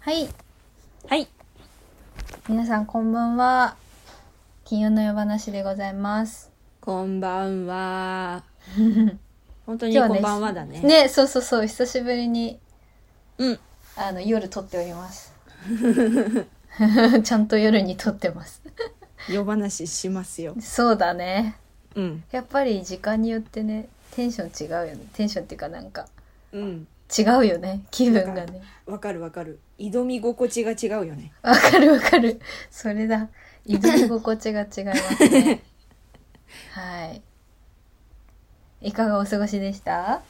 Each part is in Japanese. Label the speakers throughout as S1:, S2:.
S1: はい。
S2: はい。
S1: 皆さんこんばんは。金曜の夜話でございます。
S2: こんばんは。本当に
S1: 今日は
S2: こ
S1: ね
S2: んばんはだね。
S1: ね、そうそうそう、久しぶりに、
S2: うん。
S1: あの、夜撮っております。 ちゃんと夜に撮ってます。
S2: 夜話しますよ。
S1: そうだね。
S2: うん。
S1: やっぱり時間によってね、テンション違うよね。テンションっていうかなんか、
S2: うん。
S1: 違うよね。気分がね。
S2: わかるわかる。挑み心地が違うよね。
S1: わかるわかる。それだ。挑み心地が違いますね。はい。いかがお過ごしでした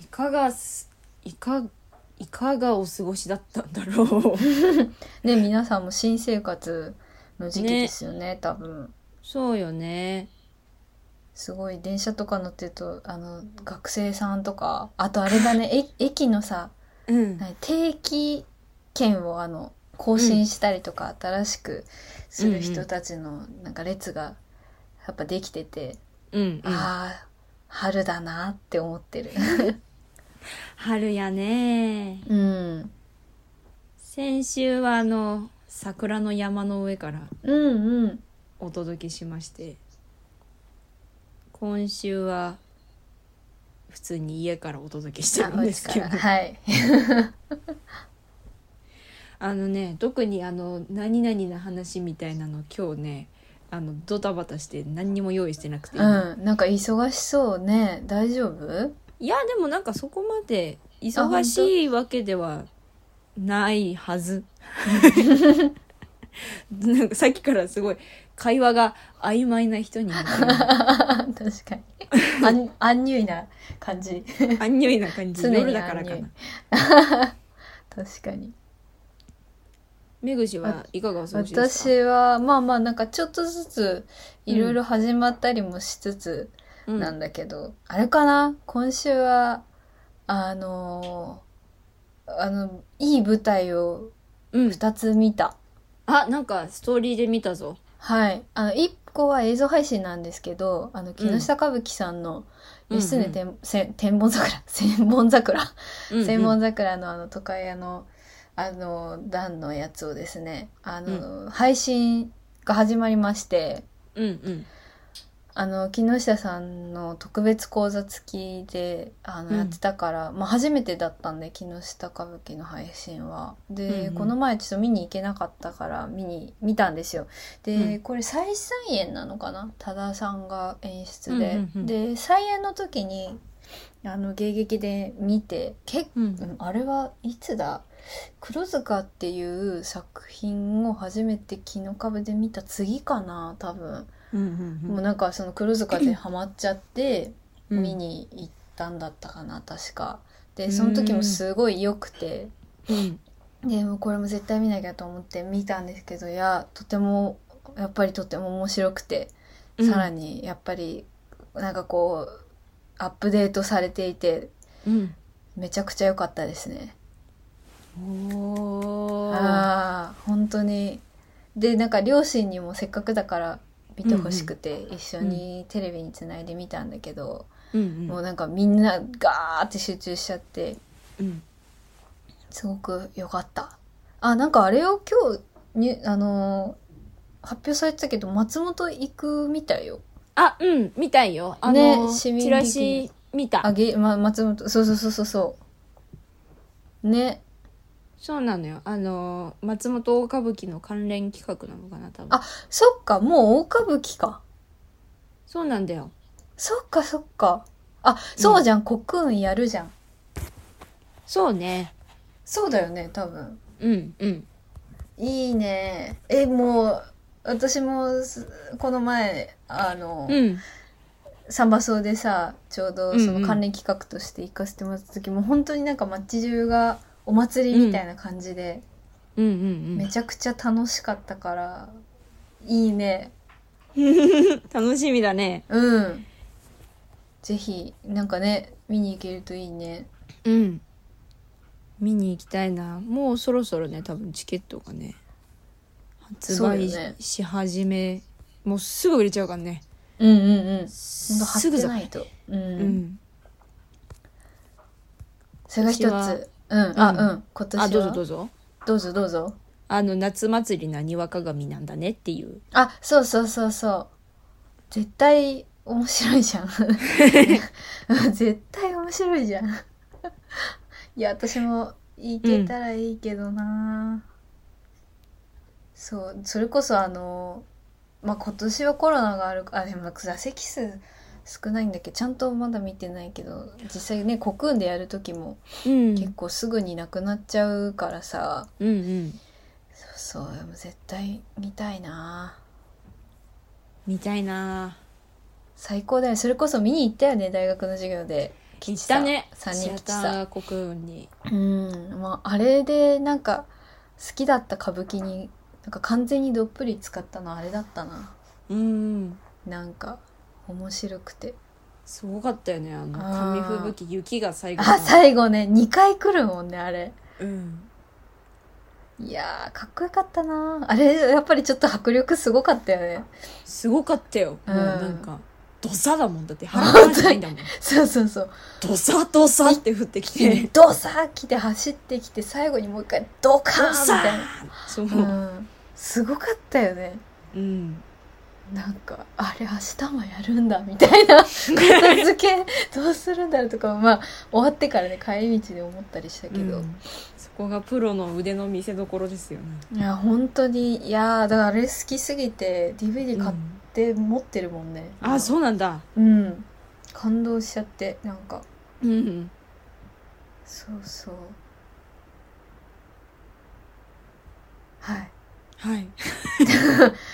S2: いかがす、いか、いかがお過ごしだったんだろう。
S1: ね皆さんも新生活の時期ですよね多分
S2: そうよね。
S1: すごい電車とか乗ってるとあの学生さんとかあとあれだ ねえ駅のさ
S2: うん。
S1: 何定期券をあの更新したりとか、新しくする人たちのなんか列がやっぱできてて、
S2: うん、うん。
S1: ああ春だなって思 ってる
S2: 春やね。
S1: うん
S2: 先週はあの、桜の山の上から
S1: うんうん
S2: お届けしまして。今週は、普通に家からお届けして
S1: あ
S2: るん
S1: お
S2: です
S1: 家
S2: け
S1: か
S2: ど
S1: ら。はい
S2: あのね特にあの何々な話みたいなの今日ねあのドタバタして何にも用意してなくて、
S1: うんなんか忙しそうね大丈夫
S2: いやでもなんかそこまで忙しいわけではない はずなんかさっきからすごい会話が曖昧な人に似て
S1: 確かに。ア ン、アンニュイな感じ。
S2: る安入な感じ
S1: 常に
S2: 夜だから
S1: 安
S2: か
S1: 入
S2: な
S1: 確かに。
S2: めぐしはいかがお過ごしですか
S1: 私は、まあまあなんかちょっとずつ、いろいろ始まったりもしつつ
S2: うん
S1: なんだけど、あれかな今週は、あのーあの、いい舞台を
S2: うん
S1: 2つ見た。
S2: あなんかストーリーで見たぞ
S1: はい。あの、1個は映像配信なんですけど、あの、木下歌舞伎さんの、
S2: うん
S1: 義経天、せ天本桜、 千本桜
S2: 専
S1: 千本桜のあの都会屋のあの段のやつをですねあの、配信が始まりまして
S2: うんうん
S1: あの木下さんの特別講座付きであ
S2: う
S1: の
S2: ん
S1: やってたから、まあ、初めてだったんで木下歌舞伎の配信は。で、
S2: うんうん
S1: この前ちょっと見に行けなかったから見に見たんですよ。で、
S2: うん
S1: これ再三演なのかな多田さんが演出
S2: う
S1: で
S2: ん。うんうん
S1: で再演の時にあの芸劇で見て結
S2: うんう
S1: うんんあれはいつだ黒塚っていう作品を初めて木の株で見た次かな多分、
S2: うんうん
S1: もうなんかその黒塚でハマっちゃって
S2: うん
S1: 見に行ったんだったかな確かでその時もすごい良くて
S2: うん
S1: でもうこれも絶対見なきゃと思って見たんですけどいやとてもやっぱりとても面白くて
S2: うん
S1: さらにやっぱりなんかこうアップデートされていて
S2: うん
S1: めちゃくちゃ良かったですね。
S2: おー
S1: ああ本当にでなんか両親にもせっかくだから見てほしくて、一緒にテレビにつないで見たんだけど、
S2: うん
S1: もうなんかみんなガーって集中しちゃって
S2: うん
S1: すごく良かったあなんかあれを今日にあのー発表されてたけど松本行くみたいよ
S2: あうん見たいよあ
S1: ね
S2: の、
S1: 市民劇
S2: チラシ見
S1: あ
S2: た
S1: げ、ま、松本そうそうそうそうそうね
S2: そうなのよあの松本大歌舞伎の関連企画なのかな多分
S1: あそっかもう大歌舞伎か
S2: そうなんだよ
S1: そっかそっかあそうじゃん、コクーンやるじゃん
S2: そうね
S1: そうだよね多分
S2: うんうん
S1: いいねえもう私もすこの前あの、
S2: うん
S1: サンバソーでさちょうどそ
S2: うんう
S1: の
S2: ん
S1: 関連企画として行かせてもらった時、もう本当になんか街中がお祭りみたいな感じで、
S2: うんうんう
S1: め
S2: ん
S1: ちゃくちゃ楽しかったからいいね
S2: 楽しみだね
S1: うんぜひなんかね見に行けるといいね
S2: うん見に行きたいなもうそろそろね多分チケットがね発
S1: そう
S2: 売
S1: よね
S2: し始め、もうすぐ売れちゃうからね
S1: うんうんうんほんと
S2: す
S1: 貼っ
S2: ぐ
S1: て
S2: だ
S1: ないとう、
S2: うんん
S1: それが一
S2: 私は
S1: つうんあ
S2: うん
S1: うん今年は
S2: あどうぞどうぞ
S1: どうぞどうぞ。
S2: あの夏祭りなにわか神なんだねっていう
S1: あ、そうそうそうそう。絶対面白いじ ゃん。 絶対面白いじゃん。いや、私も行けたらいいけどな、そう、それこそあの、まあ、今年はコロナがある、あ、でも座席数少ないんだけど、ちゃんとまだ見てないけど、実際ね、コクーンでやる時も
S2: うん
S1: 結構すぐになくなっちゃうからさ、
S2: うんうん
S1: そうそう、でも絶対見たいな
S2: みたいな
S1: 最高だよそれこそ見に行ったよね大学の授業で
S2: 行ったね
S1: 3
S2: シ
S1: 人
S2: ア
S1: 吉
S2: タ
S1: さ
S2: ー国運に
S1: うんまああれでなんか好きだった歌舞伎になんか完全にどっぷり使ったのあれだったな
S2: うん
S1: なんか面白くて
S2: すごかったよねあの
S1: あ
S2: 紙
S1: ー
S2: 吹雪雪が最後の
S1: あ最後ね2回来るもんねあれ
S2: うん
S1: いやーかっこよかったなあれやっぱりちょっと迫力すごかったよね
S2: すごかったよ、
S1: うん
S2: もうなんかドサだもんだって腹がないんだもん
S1: そうそうそう
S2: ドサドサって降ってきて
S1: ドサー来て走ってきて最後にもう一回ドカーン
S2: ド
S1: み
S2: サ
S1: たいな
S2: ーそう、
S1: うんすごかったよね
S2: うん、
S1: なんかあれ明日もやるんだみたいな片付けどうするんだろうとかまあ終わってからね帰り道で思ったりしたけど、
S2: うんそこがプロの腕の見せ所ですよね、
S1: いや本当にいやーだからあれ好きすぎて DVD 買って持ってるもんね、
S2: あ
S1: う
S2: そうなんだ
S1: うん感動しちゃってなんか
S2: うん
S1: そうそうはい
S2: はい、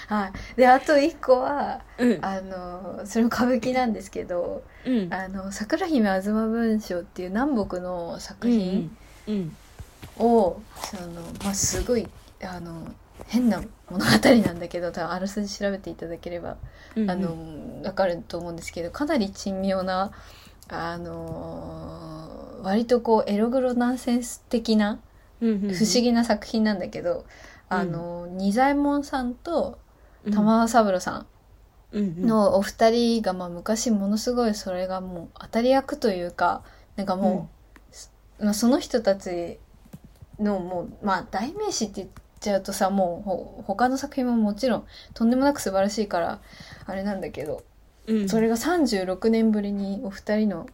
S1: はいであと一個は
S2: うん
S1: あのそれも歌舞伎なんですけど
S2: うん
S1: あの桜姫吾妻文章っていう南北の作品
S2: うん
S1: を、そのまあ、すごいあの変な物語なんだけど多分あらすじ調べていただければ、
S2: うん
S1: あの分かると思うんですけどかなり珍妙なあの割とこうエログロナンセンス的な
S2: うんうんうん
S1: 不思議な作品なんだけど、あの仁左衛門さんと
S2: うん
S1: 玉川三郎さん
S2: うんうん
S1: のお二人が、まあ、昔ものすごいそれがもう当たり役というかなんかもう、まあ、その人たちのもう、まあ、代名詞って言っちゃうとさもうほ他の作品ももちろんとんでもなく素晴らしいからあれなんだけど、
S2: うん
S1: それが36年ぶりにお二人の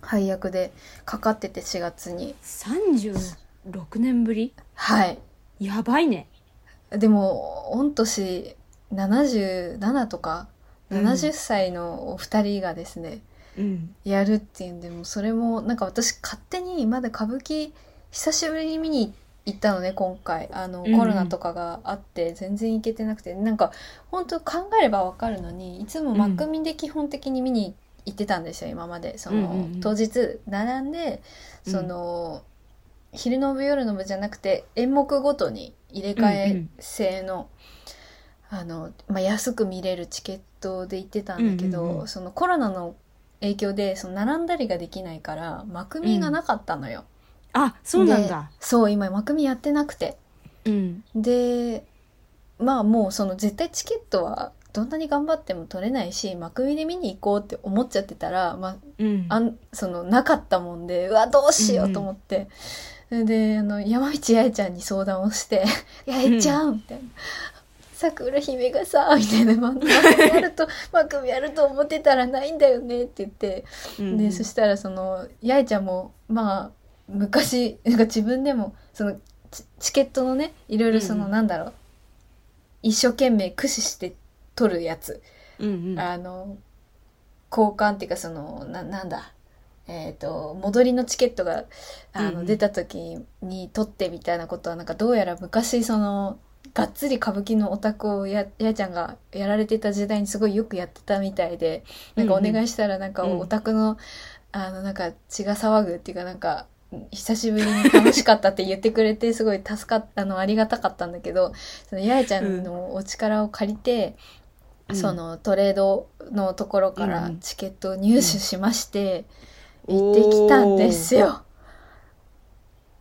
S1: 配役でかかってて4月に
S2: 36年ぶり
S1: はい
S2: やばいね
S1: でも御年77とか
S2: うん
S1: 70歳のお二人がですね、
S2: うん
S1: やるっていうんでもうそれもなんか私勝手にまだ歌舞伎久しぶりに見に行ったのね今回あの
S2: うんうん
S1: コロナとかがあって全然行けてなくて、なんか本当考えればわかるのにいつもマックミで基本的に見に行ってたんですよ、今までその、
S2: うんうんうん
S1: 当日並んでその、昼の部夜の部じゃなくて演目ごとに入れ替え
S2: うんうん
S1: 制の、あの、まあ、安く見れるチケットで行ってたんだけど、
S2: うんうんうん
S1: そのコロナの影響でその並んだりができないから幕見がなかったのよ、
S2: あそうなんだ
S1: そう今幕見やってなくて
S2: うん
S1: でまあもうその絶対チケットはどんなに頑張っても取れないし幕見で見に行こうって思っちゃってたら、まあ、
S2: うん
S1: あんそのなかったもんでうわどうしようと思って、であの山道八重ちゃんに相談を して「八重ちゃん」みたいな「桜姫がさ」みたいな「ま幕やる と幕やると思ってたらないんだよね」って言って
S2: うん
S1: でそしたらその八重ちゃんもまあ昔なんか自分でもそのチチケットのねいろいろその、
S2: うん
S1: なんだろう一生懸命駆使して取るやつ
S2: うんうん
S1: あの交換っていうかそのななんだえっ、と戻りのチケットがあ
S2: うん
S1: の、
S2: うん
S1: 出た時に取ってみたいなことはなんかどうやら昔そのがっつり歌舞伎のオタクをやややちゃんがやられてた時代にすごいよくやってたみたいでなんかお
S2: うんうん
S1: 願いしたらなんか
S2: うん
S1: オタクの,、あのなんか血が騒ぐっていうかなんか久しぶりに楽しかったって言ってくれてすごい助かっあのありがたかったんだけどそのややちゃんのお力を借りて、
S2: うん
S1: そのトレードのところから
S2: うん
S1: チケットを入手しまして、行ってきたんですよ。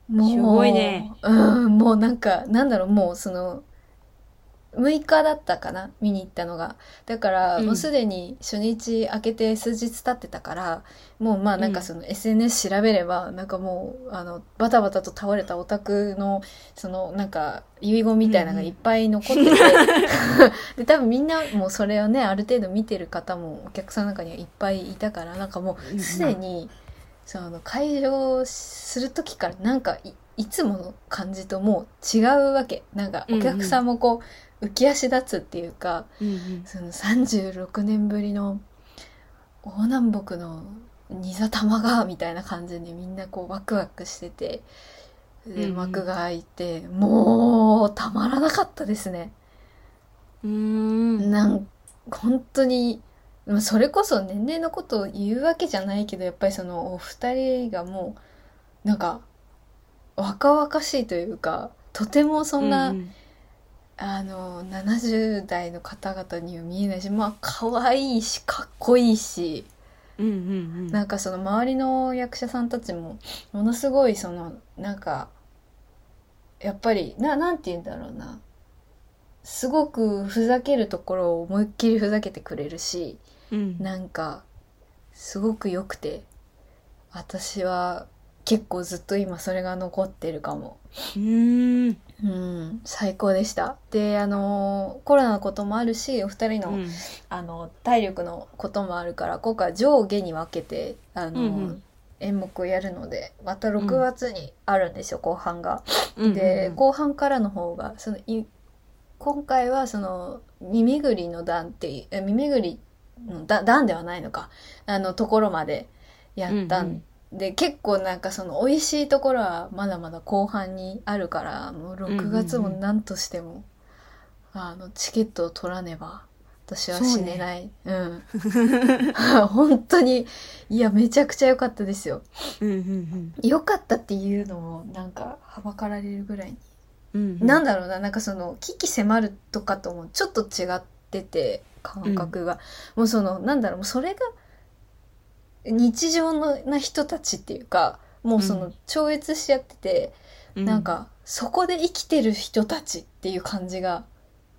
S1: もう、
S2: すごいね
S1: うん、もうなんか、なんだろう、もうその、 6日だったかな見に行ったのがだから
S2: うん
S1: もうすでに初日明けて数日経ってたから、もうまあなんかその SNS 調べればなんかもうあのバタバタと倒れたオタクのそのなんか遺言みたいなのがいっぱい残 ってて、で多分みんなもうそれをねある程度見てる方もお客さんの中にはいっぱいいたからなんかも
S2: うんう
S1: うんすでにその会場する時からなんかいいつもの感じともう違うわけなんかお客さんもこう浮き足立つっていうか
S2: うんうん
S1: その36年ぶりの大南北のニザ玉がみたいな感じでみんなこうワクワクしてて
S2: うん
S1: で
S2: うん
S1: 幕が開いてもうたまらなかったですね。
S2: うーん
S1: なん本当にまあそれこそ年齢のことを言うわけじゃないけどやっぱりそのお二人がもうなんか若々しいというかとてもそんな、
S2: うんうん
S1: あの70代の方々には見えないしまあ可愛いしかっこいいし、
S2: うんうんうん
S1: なんかその周りの役者さんたちもものすごいそのなんかやっぱりななんて言うんだろうなすごくふざけるところを思いっきりふざけてくれるし
S2: うん
S1: なんかすごく良くて私は結構ずっと今それが残ってるかも。
S2: うーん
S1: うん、最高でした。で、あのコロナのこともあるし、お二人の、
S2: うん
S1: あの体力のこともあるから、今回上下に分けて、あの
S2: うんうん
S1: 演目をやるので、また
S2: ん
S1: 6月にあるんですよ、後半が。
S2: うんうん
S1: で、後半からの方が、そのい今回はその未巡りの段ってい、え未巡りのだ段ではないのか、あのところまでやったんで結構なんかその美味しいところはまだまだ後半にあるからもう6月も
S2: うんうんうん
S1: 何としても、あのチケットを取らねば私は
S2: そう
S1: 死
S2: ね
S1: ねないうん 本当にいやめちゃくちゃ良かったですよ
S2: うんうん
S1: 良かったっていうのもなんかはばかられるぐらいに、
S2: うんうん
S1: なんだろうななんかその危機迫るとかともちょっと違ってて感覚が、もうそのなんだろうもうそれが日常のな人たちっていうかもうそうの超越しちゃってて、
S2: うん
S1: なんかそこで生きてる人たちっていう感じが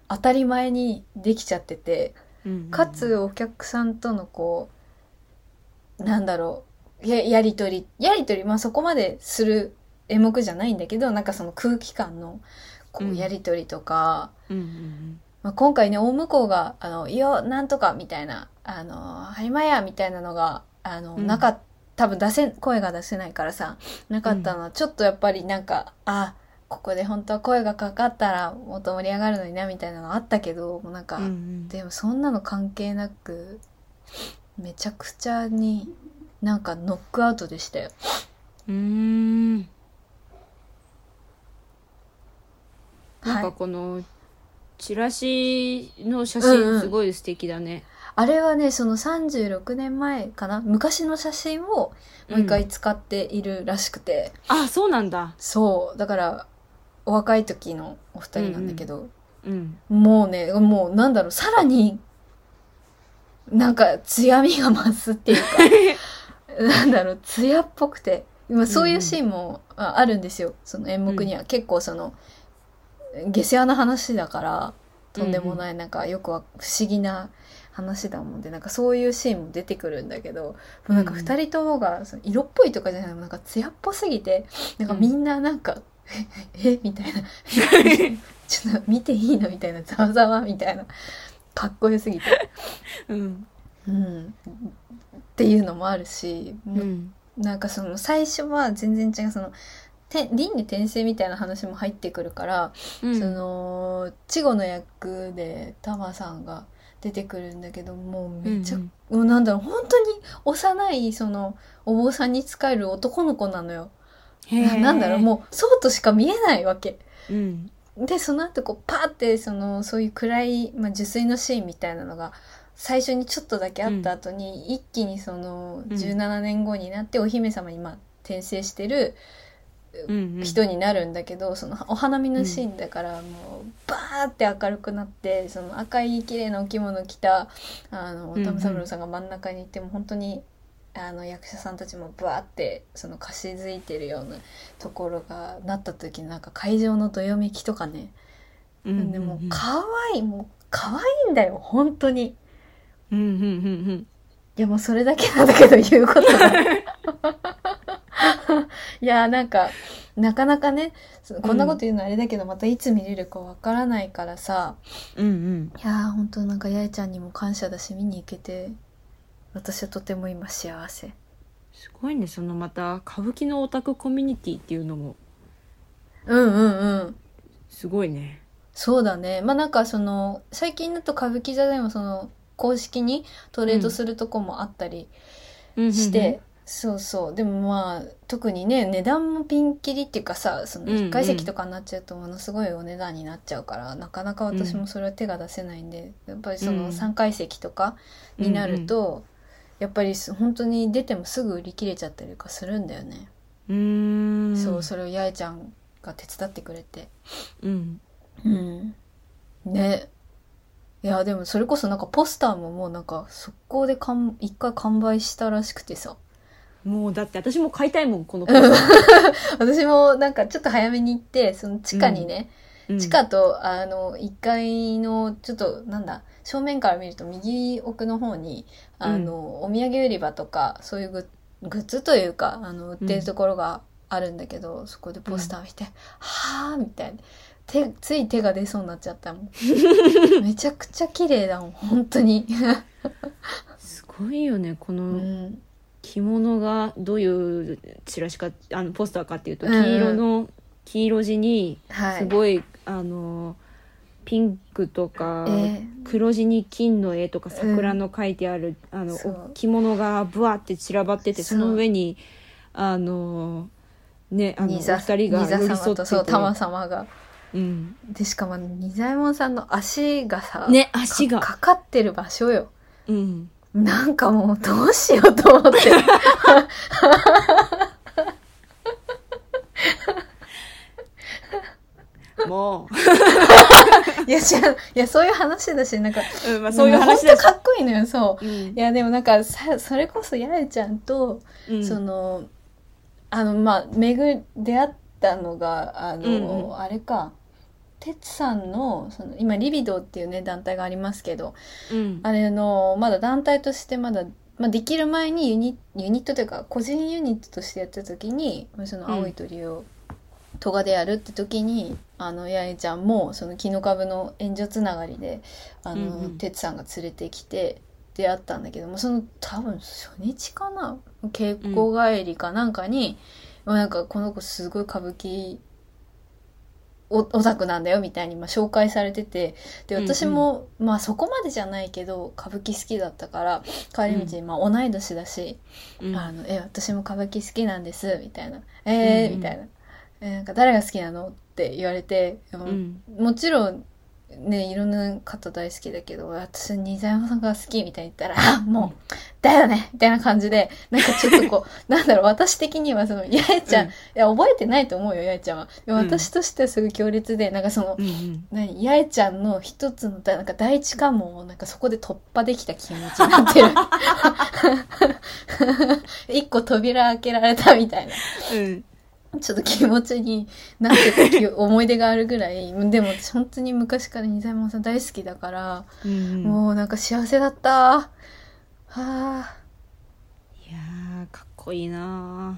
S1: 当たり前にできちゃってて
S2: うんうん
S1: かつお客さんとのこうなんだろうややり取りやり取りまあそこまでする演目じゃないんだけどなんかその空気感のこ
S2: う
S1: うんやり取りとか、
S2: うんうん
S1: まあ、今回ね大向こうが「あのいやなんとか」みたいな「あのはりまや」みたいなのがあの、
S2: うん
S1: なかっ多分出せ声が出せないからさなかったのは、ちょっとやっぱりなんかあここで本当は声がかかったらもっと盛り上がるのになみたいなのあったけどもうなんか、
S2: うんうん
S1: でもそんなの関係なくめちゃくちゃになんかノックアウトでしたよ。
S2: うーんなん
S1: は
S2: か
S1: い、
S2: このチラシの写
S1: うんうん
S2: 真すごい素敵だね。
S1: あれはねその36年前かな昔の写真をもう一回使っているらしくて。
S2: あ、そうなんだ。
S1: そうだからお若い時のお二人なんだけど、
S2: うん。
S1: もうねもうなんだろうさらになんか艶みが増すっていうか なんだろう艶っぽくて今そういうシーンもああるんですよその演目には、結構その下世話な話だからとんでもない、なんかよくは不思議な話だもんでなんかそういうシーンも出てくるんだけどもうなんか
S2: うん
S1: 2人ともがその色っぽいとかじゃないもうなんか艶っぽすぎてなんかみんななんか「ええみたいな「ちょっと見ていいの?」みたいな「ざわざわ」みたいなかっこよすぎて、
S2: うん。
S1: うん、っていうのもあるし、もう
S2: うん。
S1: なんかその最初は全然違うそのて輪廻転生みたいな話も入ってくるから、
S2: うん
S1: その稚語の役でタマさんが出てくるんだけどもうめちゃ、
S2: う
S1: も
S2: ん
S1: うなんだろう本当に幼いそのお坊さんに仕える男の子なのよ。
S2: へー
S1: なんだろうもうそうとしか見えないわけ。
S2: うん。
S1: でその後こうパーってそのそういう暗い、まあ、受水のシーンみたいなのが最初にちょっとだけあった後に、一気にその
S2: うん
S1: 17年後になってお姫様にまあ転生してる
S2: うん。うん。
S1: 人になるんだけど、そのお花見のシーンだからもうバーって明るくなってその赤い綺麗なお着物着たあの
S2: うんうん
S1: タム三郎さんが真ん中にいても本当にあの役者さんたちもバーってそのかしづいてるようなところがなった時のなんか会場のどよめきとかね
S2: うんうん
S1: でも
S2: うん
S1: 可愛いもう可愛いんだよ本当に
S2: うんうんうん
S1: いやもうそれだけなんだけど言うことが いやなんかなかなかねそこんなこと言うのあれだけど、またいつ見れるかわからないからさ
S2: うんうん
S1: いやー本当なんか八重ちゃんにも感謝だし見に行けて私はとても今幸せ
S2: すごいねそのまた歌舞伎のオタクコミュニティっていうのも
S1: うんうんうん
S2: すごいね
S1: そうだね。まあなんかその最近だと歌舞伎座でもその公式にトレードするとこもあったりして、そうそう。でもまあ特にね値段もピンキリっていうかさその
S2: うんうん
S1: 1階席とかになっちゃうとものすごいお値段になっちゃうから、なかなか私もそれは手が出せないんでやっぱりそ
S2: うん
S1: の3階席とかになると、やっぱりす本当に出てもすぐ売り切れちゃったりとかするんだよね。
S2: うんうん、うーん
S1: そうそれを八重ちゃんが手伝ってくれて。
S2: うん
S1: うん。ね。いや、でもそれこそなんかポスターももうなんか速攻で完一回完売したらしくてさ。
S2: もうだって私も買いたいもんこの子、う
S1: 私もなんかちょっと早めに行って、その地下にね、
S2: ん
S1: 地下とあの1階のちょっとなんだ、正面から見ると右奥の方に、あの、お土産売り場とか、そういうグッグッズというか、あの、売ってるところがあるんだけど、そこでポスター見て、はぁーみたいな。手、つい手が出そうになっちゃったもん。めちゃくちゃ綺麗だもん、本当に。
S2: すごいよねこ
S1: う
S2: の
S1: ん。
S2: 着物がどういうチラシかあのポスターかっていうと
S1: うんうん
S2: 黄色の、黄色地に
S1: はい。
S2: すごい、あのピンクとか、
S1: えー
S2: 黒地に金の絵とか桜の書いてある、あの
S1: そう
S2: お着物がぶわって散らばっててそ
S1: そう
S2: の上にあのねあのお
S1: ニザ
S2: 二人が寄り添って
S1: ニザ様と
S2: て
S1: そう、タマ様が。
S2: うん、
S1: で、しかも、ニザエモンさんの足がさ、
S2: ね足が、
S1: かかってる場所よ。
S2: うん、
S1: なんかもうどうしようと思って。
S2: も
S1: いや、違う。いや、そういう話だし、なんか、
S2: う、うんまあ、そういう話だし
S1: ほんと、かっこいいのよ、そうう。
S2: ん
S1: いや、でもなんか、さ、それこそ、や重ちゃんと、
S2: うん
S1: その、あの、まあ、めぐ、出会ったのが、あの、
S2: うんうん
S1: あれか。てつさんの、その、今、リビドーっていうね、団体がありますけど、
S2: うん
S1: あれの、まだ団体としてまだ、まあ、できる前にユニ、ユニットというか、個人ユニットとしてやってた時に、その青い鳥を、トガでやるって時に、あの、八重ちゃんも、その、木の株の援助つながりで、あ
S2: うんう
S1: の、
S2: ん
S1: てつさんが連れてきて、出会ったんだけども、その、多分、初日かな稽古帰りかなんかに、まあなんか、この子すごい歌舞伎、おオタクなんだよみたいにまあ紹介されててで
S2: うんうん
S1: 私も、まあそこまでじゃないけど歌舞伎好きだったから帰り道にまあ同い年だし「
S2: うん
S1: あのえ私も歌舞伎好きなんです」みたいな「えー
S2: うんうん
S1: みたいな「えーなんか誰が好きなの?」って言われて、
S2: うん
S1: もちろんねいろんな方大好きだけど私は新山さんが好きみたいに言ったらあ「もうだよね!」みたいな感じでなんかちょっとこ うなんだろう私的にはその八重ちゃん、
S2: うん
S1: いや覚えてないと思うよ八重ちゃんは。でも
S2: うん
S1: 私としてはすごい強烈でなんかその、
S2: うんうん
S1: 何八重ちゃんの一つのだなんか第一関門をなんかそこで突破できた気持ちになってる 一個扉開けられたみたいな
S2: うん
S1: ちょっと気持ちになってた記憶思い出があるぐらいでも私本当に昔から二左衛門さん大好きだから、
S2: うん
S1: もうなんか幸せだったはあ
S2: いやーかっこいいな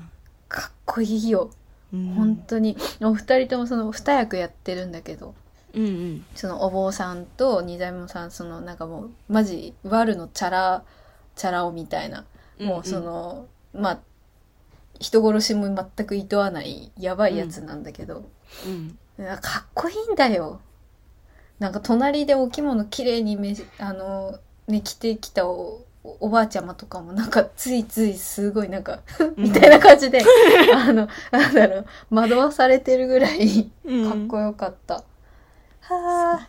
S1: かっこいいよ
S2: ー、うん、
S1: 本当に、お二人ともその二役やってるんだけど
S2: うんうん
S1: そのお坊さんと二代目さんそのなんかもうマジワルのチャラチャラ男みたいな、もうそのまあ人殺しも全く厭わないやばいやつなんだけど、
S2: うん
S1: いやかっこいいんだよなんか隣でお着物綺麗にめあのね着てきたおおばあちゃまとかもなんかついついすごいなんかみたいな感じで、あのなんだろう惑わされてるぐらい
S2: うん
S1: かっこよかった。はあ。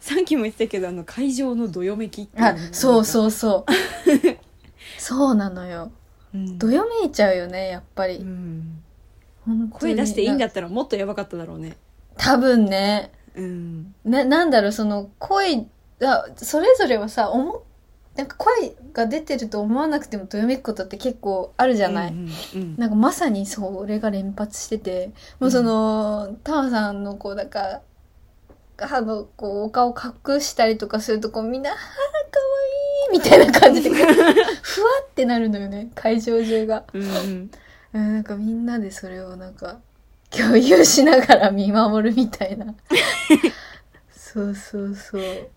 S2: さっきも言ってたけどあの会場のどよめきってい
S1: あ、そう
S2: う
S1: そうそう。 そうなのよ。
S2: のなんか、
S1: どよめいちゃうよね、やっぱ
S2: う
S1: り。
S2: ん、
S1: 本当に
S2: 声出していいんだ
S1: な
S2: ったらもっとやばかっただろうね
S1: 多分ね。
S2: うん
S1: な、なんだろう、その声が、それぞれはさ、思っなんか声が出てると思わなくてもどよめくことって結構あるじ
S2: じ
S1: ゃない。
S2: うんうん
S1: なんかまさにそれが連発してて、もうその、タマさんのこうなんか、あの、こう、お顔隠したりとかすると、こう、みんな、あー、かわいいみたいな感じで、ふわってなるのよね、会場中が。
S2: うん
S1: うんなんかみんなでそれをなんか、共有しながら見守るみたいな。そうそうそう。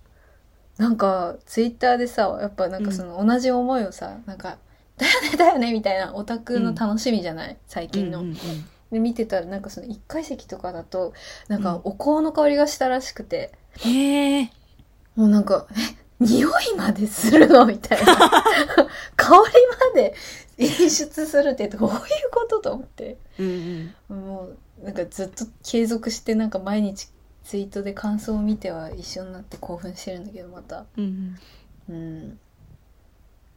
S1: なんか、ツイッターでさ、やっぱなんかその同じ思いをさ、なんか、だよねだよねみたいなオタクの楽しみじゃない、最
S2: うん
S1: 近の。
S2: うん
S1: で見てたらなんかその一階席とかだとなん
S2: うん
S1: かお香の香りがしたらしくて、
S2: へえ
S1: もうなんかえ匂いまでするのみたいな 香りまで演出するってどういうことと思って
S2: うんうん
S1: もうなんかずっと継続してなんか毎日ツイートで感想を見ては一緒になって興奮してるんだけどまた
S2: うん
S1: うん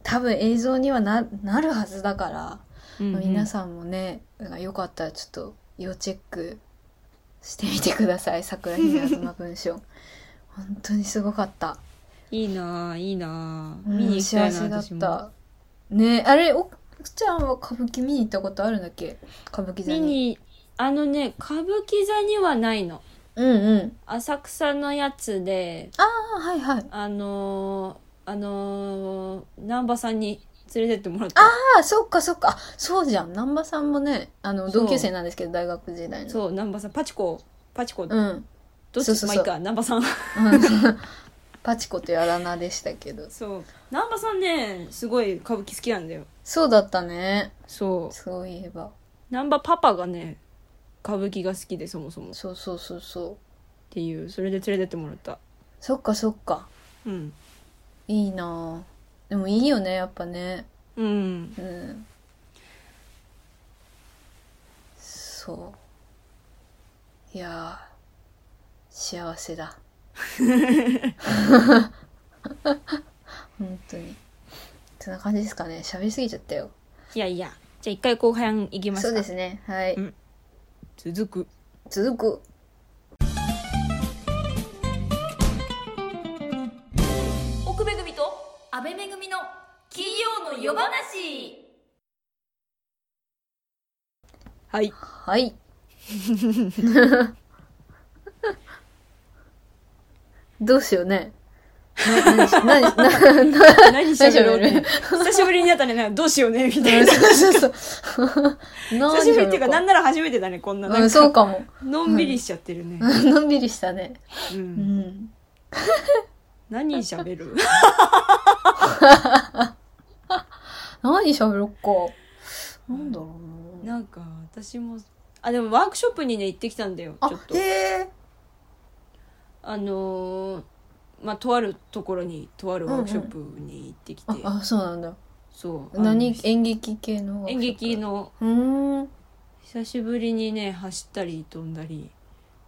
S1: 多分映像にはななるはずだから
S2: うんうん
S1: 皆さんもねなんかよかったらちょっと要チェックしてみてください桜ひなの 文章本当にすごかった
S2: いいなあいいなあ
S1: うん
S2: 見に行きたいな
S1: 幸せだ
S2: 私も
S1: ったねあれおくちゃんは歌舞伎見に行ったことあるんだっけ歌舞伎座
S2: 見
S1: に
S2: にあのね歌舞伎座にはないの
S1: うんうん
S2: 浅草のやつで
S1: あはいはい
S2: あのー、あのー、南波さんに連れてってもらった
S1: ああそっかそっかあそうじゃん難波さんもねあの
S2: そう
S1: 同級生なんですけど大学時代のう
S2: そう南波さんパチコパチコ、どっ
S1: ん、
S2: ち
S1: そうそうそう
S2: まあいいか南波さん
S1: う んパチコというあだ名でしたけど
S2: そう南波さんねすごい歌舞伎好きなんだよ
S1: そうだったね
S2: そう
S1: そういえば
S2: 南波パパがね歌舞伎が好きでそもそもっ
S1: そうそうそうそう
S2: ていうそれで連れてってもらった
S1: そっかそっか
S2: うん
S1: いいなぁでもいいよねやっぱね
S2: うん
S1: うんそういやぁ幸せだ本当にそんな感じですかね喋りすぎちゃったよ
S2: いやいやじゃあ一回後半行きますか
S1: そうですねはい、
S2: うん続く
S1: 続く
S3: 奥めぐみと安倍めぐみの金曜の夜話
S2: はい
S1: はいどうしようねな何し何し 何
S2: 何喋ろうって久しぶりにやったねなんかどうしようねみたいな
S1: そうそうそう。
S2: 久しぶりっていうか、
S1: な
S2: なんんなら初めてだね、こんな。
S1: か、
S2: な
S1: うんん、そう
S2: か、
S1: かも。
S2: のんびりしちゃってるね。
S1: のんびりしたね。
S2: う。
S1: うんん。
S2: 何 喋る
S1: 何喋ろっか。なんだろうな。
S2: なんか、私も、あ、でもワークショップにね、行ってきたんだよ、ちょっと。
S1: え。
S2: あのー、まあ、とあるところに、とあるワークショップに行ってきて、
S1: あ、そうなんだ。
S2: そう。あの
S1: 何演劇系の
S2: 演劇。の、
S1: うーん。
S2: 久しぶりにね、走ったり飛んだり、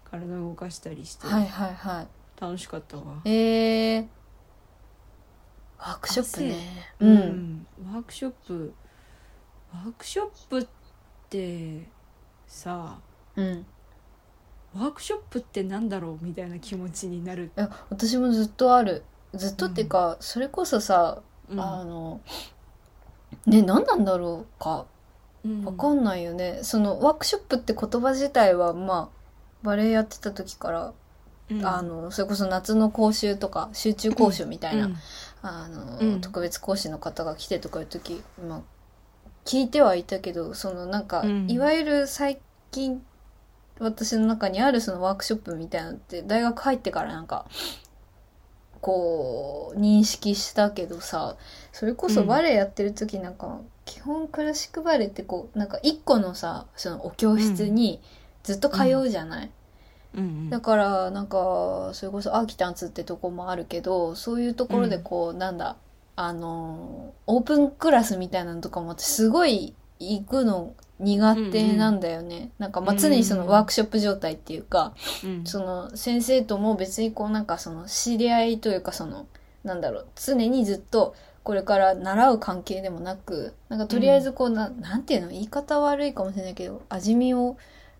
S2: 体動かしたりして、
S1: はいはいは
S2: 楽しかったわ。
S1: い。ええ。ワークショップね。
S2: う
S1: うん。
S2: ん、ワークショップワークショップってさ
S1: うん。
S2: ワークショップってなんだろうみたいな気持ちになる、
S1: いや私もずっとある。ずっとっていうか、それこそさ、
S2: うん、
S1: あの、ね、何なんだろうか。
S2: うん
S1: わかんないよね。そのワークショップって言葉自体はまあバレエやってた時から、
S2: うん
S1: あのそれこそ夏の講習とか集中講習みたいな、あの、
S2: うん
S1: 特別講師の方が来てとかいう時、まあ、聞いてはいたけどそのなんか、
S2: うん
S1: いわゆる最近私の中にあるそのワークショップみたいなのって大学入ってからなんかこう認識したけどさそれこ
S2: う
S1: そ
S2: ん
S1: バレエやってる時なんか、基本クラシックバレエってこうなんか一個のさそのお教室にずっと通うじゃない、
S2: うんうん
S1: だからなんかそれこそアーキタンツってとこもあるけどそういうところでこう、なんだあのーオープンクラスみたいなのとかも私すごい行くの苦手なんだよね、なんかまあ常にそ
S2: うん
S1: の
S2: うん
S1: ワークショップ状態っていうか、
S2: うん
S1: その先生とも別にこうなんかその知り合いというかそのなんだろう常にずっとこれから習う関係でもなくなんかとりあえずこう、ななんていうの言い方悪いかもしれないけど味見を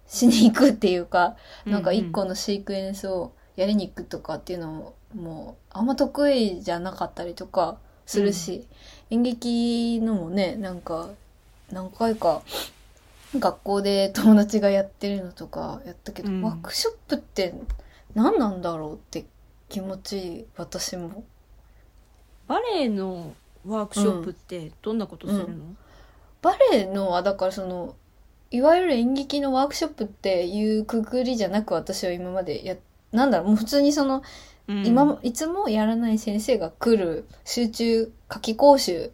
S1: しに行くっていうかなんか一個のシークエンスをやりに行くとかっていうのもあんま得意じゃなかったりとかするし、演劇のもねなんか何回か学校で友達がやってるのとかやったけど、
S2: うん
S1: ワークショップって何なんだろうって気持ち私も
S2: バレエのワークショップってどんなことするの、
S1: バレエのはだからそのいわゆる演劇のワークショップっていうくくりじゃなく私は今までやなんだろうもう普通にその
S2: うん
S1: 今もいつもやらない先生が来る集中夏期講習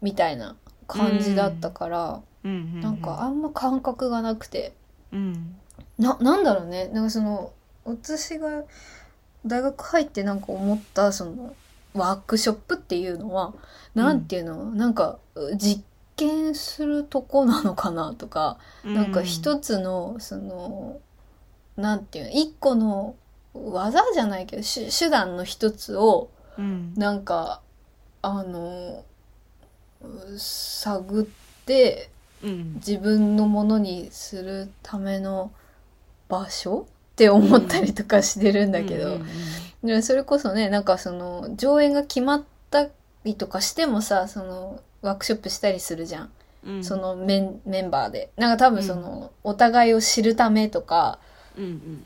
S1: みたいな感じだったから、
S2: うんうんうん
S1: なんかあんま感覚がなくて
S2: うん
S1: ななんだろうねなんかその私が大学入ってなんか思ったそのワークショップっていうのはなんていうの、なんかう実験するとこなのかなとか、なんか一つのそのなんていうの一個の技じゃないけど手手段の一つを
S2: うん
S1: なんかあのう探って
S2: うん
S1: 自分のものにするための場所って思ったりとかしてるんだけ
S2: う
S1: ど
S2: ん、
S1: でそれこそねなんかその上演が決まったりとかしてもさそのワークショップしたりするじゃん、
S2: うんうん
S1: そのメンメンバーでなんか多分その、お互いを知るためとか
S2: うん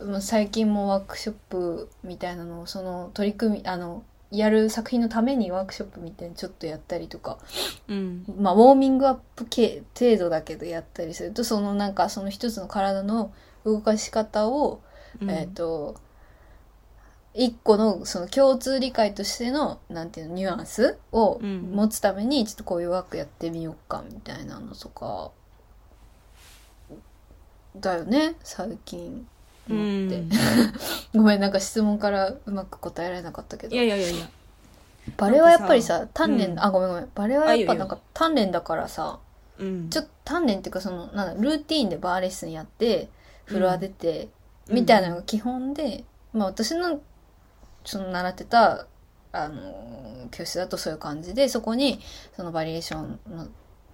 S1: もう最近もワークショップみたいなのをその取り組みあのやる作品のためにワークショップみたいにちょっとやったりとか
S2: うんうん
S1: まあ、ウォーミングアップ系程度だけどやったりするとそのなんかその一つの体の動かし方を、
S2: うん
S1: えっ、と一個のその共通理解としてのなんていうのニュアンスを
S2: うん
S1: 持つためにちょっとこういうワークやってみようかみたいなのとかだよね最近思って、
S2: うん
S1: ごめんなんか質問からうまく答えられなかったけど
S2: いやいやいやいや
S1: バレはやっぱりさ
S2: さ
S1: 鍛錬、
S2: うん
S1: あごめんごめんバレはやっぱなんか鍛錬だからさ、
S2: うん
S1: ちょっと鍛錬っていうかそのなんだルーティーンでバーレッスンやってフロア出て、
S2: うん
S1: みたいなのが基本で、まあ私のその習ってたあのー教室だとそういう感じでそこにそのバリエーションの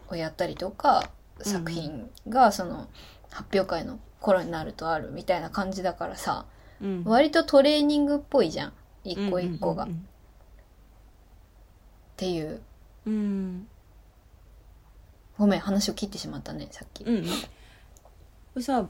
S1: をやったりとか
S2: ん
S1: 作品がその発表会の頃になるとあるみたいな感じだからさ
S2: うん
S1: 割とトレーニングっぽいじゃん一個一個が、
S2: う
S1: っ
S2: ん
S1: ていう
S2: うん
S1: ごめん話を切ってしまったねさっき。
S2: うんうんこれさ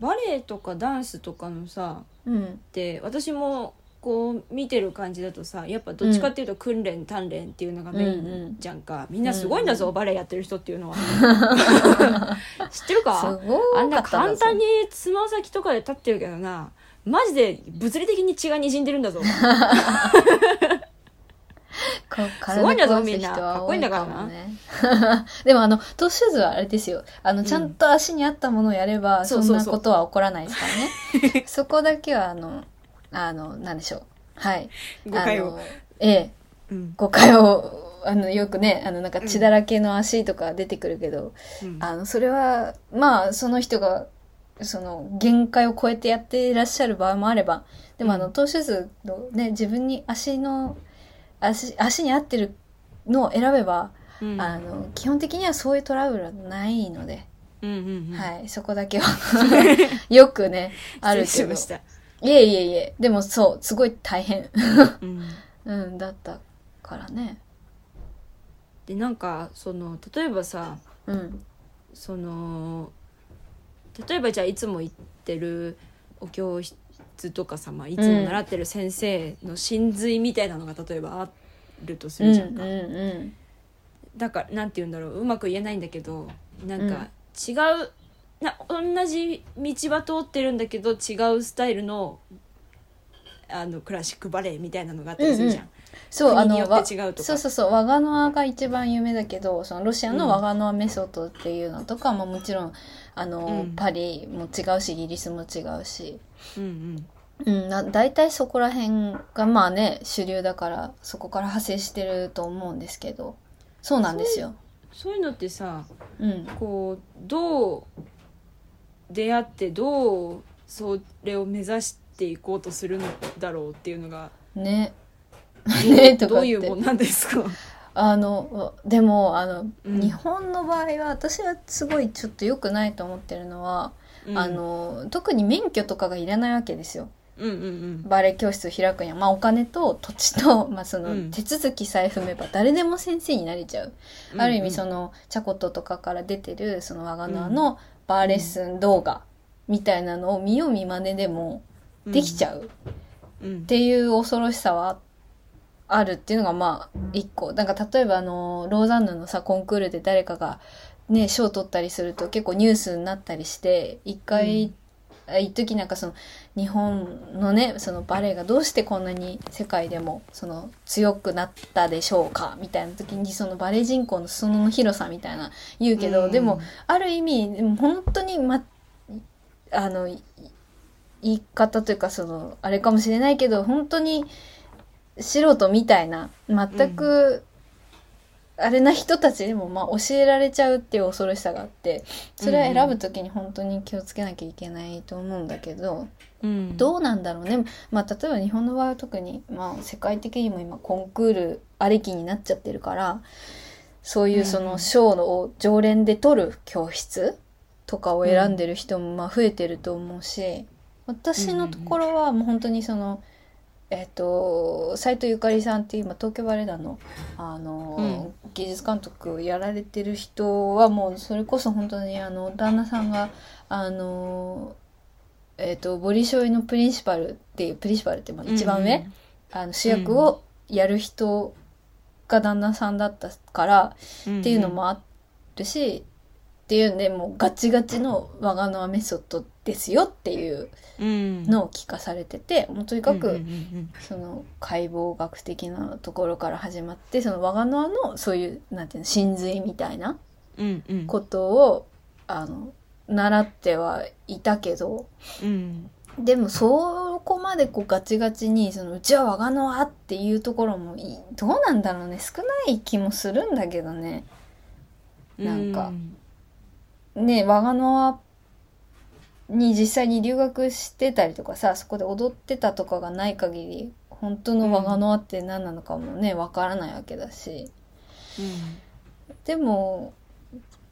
S2: バレエとかダンスとかのさ
S1: うん
S2: って私もこう見てる感じだとさやっぱどっちかっていうと訓練鍛錬っていうのがメインじゃんかみんなすごいんだぞバレエやってる人っていうのは知ってる
S1: す
S2: か
S1: ご
S2: あん
S1: か
S2: な
S1: ったんだ
S2: 簡
S1: ぞ
S2: 単につま先とかで立ってるけどなマジで物理的に血が滲んでるんだぞ
S1: か
S2: すごいんだぞ
S1: 体壊す人は多も
S2: み
S1: ね でもあのトッシュズはあれですよあのちゃんと足に合ったものをやれば、
S2: ん
S1: そ
S2: そうそ
S1: ん
S2: う
S1: な
S2: そう
S1: ことは起こらないですから ねそこだけはあのあのなんでしょうはい
S2: 誤解
S1: あ
S2: を
S1: のええ
S2: うん
S1: 誤解をあのよくねあのなんか血だらけの足とか出てくるけど、
S2: うん
S1: あのそれはまあその人がその限界を超えてやっていらっしゃる場合もあればでもあの投手図のね自分に足の足足に合ってるのを選べば、
S2: うん
S1: あの基本的にはそういうトラブルはないので、
S2: うんうんうん
S1: はいそこだけは よくねあるけ
S2: 失
S1: ど
S2: 礼
S1: い
S2: しまし
S1: えいえいえでもそうすごい大変、
S2: たうん
S1: うん、だったからね
S2: でなんかその例えばさ
S1: うん
S2: その例えばじゃあいつも行ってるお教室とかさ、まあ、いつも習ってる先生の真髄みたいなのが例えばあるとす
S1: うん
S2: る
S1: うん
S2: じゃんか、
S1: うん
S2: だからなんて言うんだろううまく言えないんだけどなん
S1: うん
S2: か違う、な同じ道は通ってるんだけど違うスタイルのあのクラシックバレエみたいなのがあったりするじゃん。
S1: そうあ
S2: 国に
S1: の
S2: よって違うとか
S1: そうそうそうワガノアが一番有名だけどそのロシアのワガノアメソッドっていうのとか、まあ、もちろんあの、
S2: うん
S1: パリも違うしイギリスも違うし、
S2: うんうん
S1: うん、な大体そこら辺がまあね主流だからそこから派生してると思うんですけどそうなんですよ。
S2: そういうのってさ
S1: うん、
S2: こうどう出会ってどうそれを目指していこうとするんだろうっていうのが
S1: ね ねと
S2: ど
S1: か
S2: う
S1: っ
S2: いうも
S1: て
S2: んなんで すか
S1: あのでもあの、
S2: うん
S1: 日本の場合は私はすごいちょっと良くないと思ってるのは、あ、の特に免許とかがいらないわけですよ。
S2: うんうんうん
S1: バレエ教室を開くには、まあ、お金と土地 と、まあ、そうの
S2: ん
S1: 手続きさえ踏めば誰でも先生になれちゃう、
S2: うん、
S1: ある意味そ
S2: の、
S1: のチャコットとかから出てるその我が名のバーレッスン動画みたいなのを見よう見まねでもできちゃう
S2: うん
S1: っていう恐ろしさはあるっていうのがまあ一個なんか例えばあのローザンヌのさコンクールで誰かがね賞取ったりすると結構ニュースになったりして一回、あ一時なんかその日本のねそのバレエがどうしてこんなに世界でもその強くなったでしょうかみたいな時にそのバレエ人口の裾野の広さみたいな言うけど、
S2: うん
S1: でもある意味でも本当に、ま、あのい言い方というかそのあれかもしれないけど本当に素人みたいな全くあれな人たちにもまあ教えられちゃうっていう恐ろしさがあってそれは選ぶ時に本当に気をつけなきゃいけないと思うんだけど。
S2: うん
S1: どうなんだろうね、まあ、例えば日本の場合は特に、まあ、世界的にも今コンクールありきになっちゃってるからそういうそ
S2: うん
S1: の賞を常連で取る教室とかを選んでる人もまあ増えてると思うし私のところはもう本当にその。えっと、斉藤ゆかりさんっていう今東京バレエ団のあの、芸術監督をやられてる人はもうそれこそ本当にあの旦那さんがあのえっ、と、ボリショイのプリンシパルっていう、プリンシパルってまあ一番上、あの主役をやる人が旦那さんだったから、っていうのもあるし、っていうんで、もうガチガチの我が名はメソッドですよっていうのを聞かされてて、もうとにかく、その解剖学的なところから始まって、その我が名のそういう、なんていうの、真髄みたいなことを、あの、習ってはいたけど、でもそこまでこうガチガチにそのうちは我がのはっていうところもいどうなんだろうね少ない気もするんだけどねなんかね我がのはに実際に留学してたりとかさそこで踊ってたとかがない限り本当の我がのはって何なのかもねわからないわけだしでも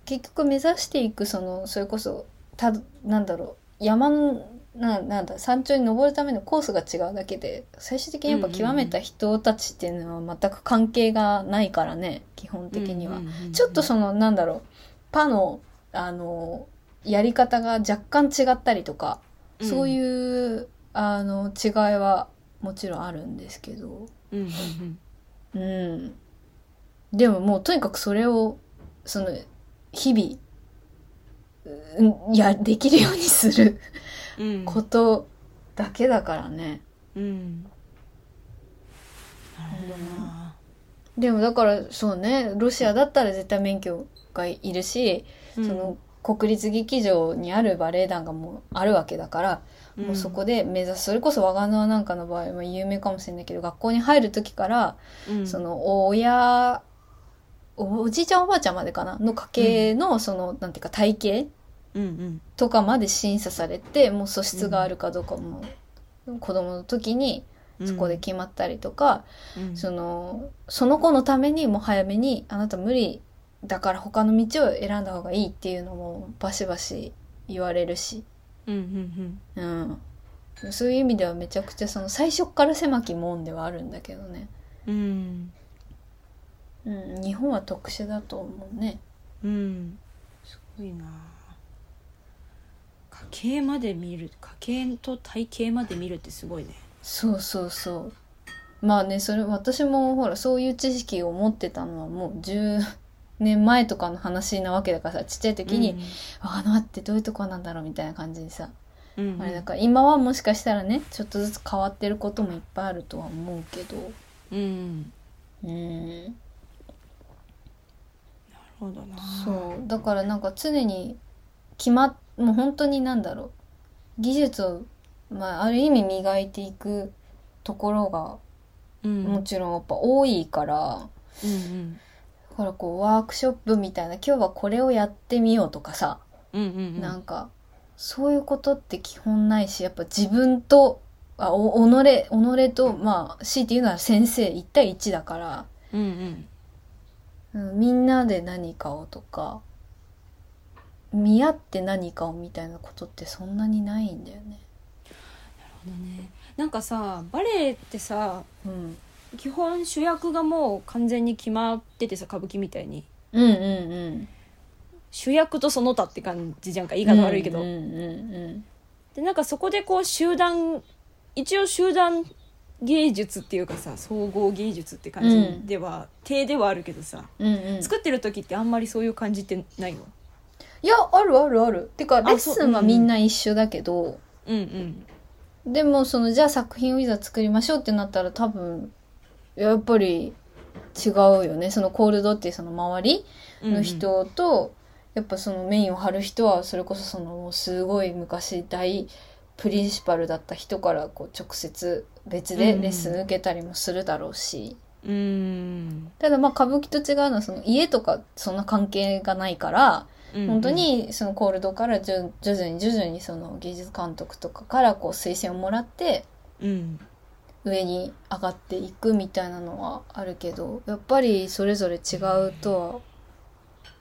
S1: 結局目指していくそのそれこそたなんだろう山のななんだ山頂に登るためのコースが違うだけで最終的にやっぱ
S2: うんうんうん
S1: 極めた人たちっていうのは全く関係がないからね基本的には。ちょっとそのなんだろうパのあのやり方が若干違ったりとか、そう
S2: う
S1: いうあの違いはもちろんあるんですけど。
S2: んうん
S1: うん。でももうとにかくそれを、その、日々、うん、いや、できるようにする
S2: うん
S1: ことだけだからね。
S2: うんなるほどな
S1: でもだから、そうね、ロシアだったら絶対免許がいるし、
S2: うん
S1: その、国立劇場にあるバレエ団がもうあるわけだから、
S2: うん
S1: もうそこで目指す、それこそ我が名なんかの場合は有名かもしれないけど、学校に入る時から、
S2: うん
S1: その親おおじいちゃんおばあちゃんまでかなの家系のその、なんていうか体型
S2: うんうん
S1: とかまで審査されてもう素質があるかどうかも、子供の時にそこで決まったりとか、
S2: うん
S1: そのその子のためにもう早めにあなた無理だから他の道を選んだ方がいいっていうのもバシバシ言われるし、
S2: うんうん
S1: うん、そういう意味ではめちゃくちゃその最初っから狭き門ではあるんだけどね、
S2: うんうん
S1: うん、日本は特殊だと思うね。
S2: うんすごいな家系まで見る家系と体系まで見るってすごいね
S1: そうそうそうまあねそれ私もほらそういう知識を持ってたのはもう10年前とかの話なわけだからさちっちゃい時に「あのあってどういうとこなんだろう」みたいな感じでさ、
S2: うんうん
S1: あれだから今はもしかしたらねちょっとずつ変わってることもいっぱいあるとは思うけど
S2: うん
S1: うん
S2: なるほどな
S1: そうだからなんか常に決まっもう本当になんだろう技術を、まあ、ある意味磨いていくところが
S2: うん
S1: もちろんやっぱ多いから。
S2: うん
S1: だからこうワークショップみたいな今日はこれをやってみようとかさ、
S2: うんうんうん
S1: なんかそういうことって基本ないしやっぱ自分とあお己己とまあ強いて言うなら先生1対1だから、
S2: うんうん
S1: うん、みんなで何かをとか見合って何かをみたいなことってそんなにないんだよね。
S2: あのねなんかさバレエってさ
S1: うん、
S2: 基本主役がもう完全に決まっててさ歌舞伎みたいに
S1: うんうんうん
S2: 主役とその他って感じじゃんか言い
S1: 言
S2: 方悪いけど、
S1: うんうん
S2: でなんかそこでこう集団一応集団芸術っていうかさ総合芸術って感じでは、手ではあるけどさ
S1: うんうん
S2: 作ってる時ってあんまりそういう感じってないの
S1: いやあるあるあるてかレッ
S2: そう
S1: スンはみんな一緒だけど、
S2: うんうん
S1: でもそのじゃあ作品をいざ作りましょうってなったら多分やっぱり違うよねそのコールドっていうその周り
S2: うん
S1: の人と、やっぱそのメインを張る人はそれこそそのもうすごい昔大プリンシパルだった人からこう直接別でレッスン受けたりもするだろうし、
S2: うんうん
S1: ただまあ歌舞伎と違うのはその家とかそんな関係がないから、
S2: うん
S1: 本当にそのコールドからじゅ徐々に徐々にその芸術監督とかからこう推薦をもらって
S2: うん
S1: 上に上がっていくみたいなのはあるけどやっぱりそれぞれ違うと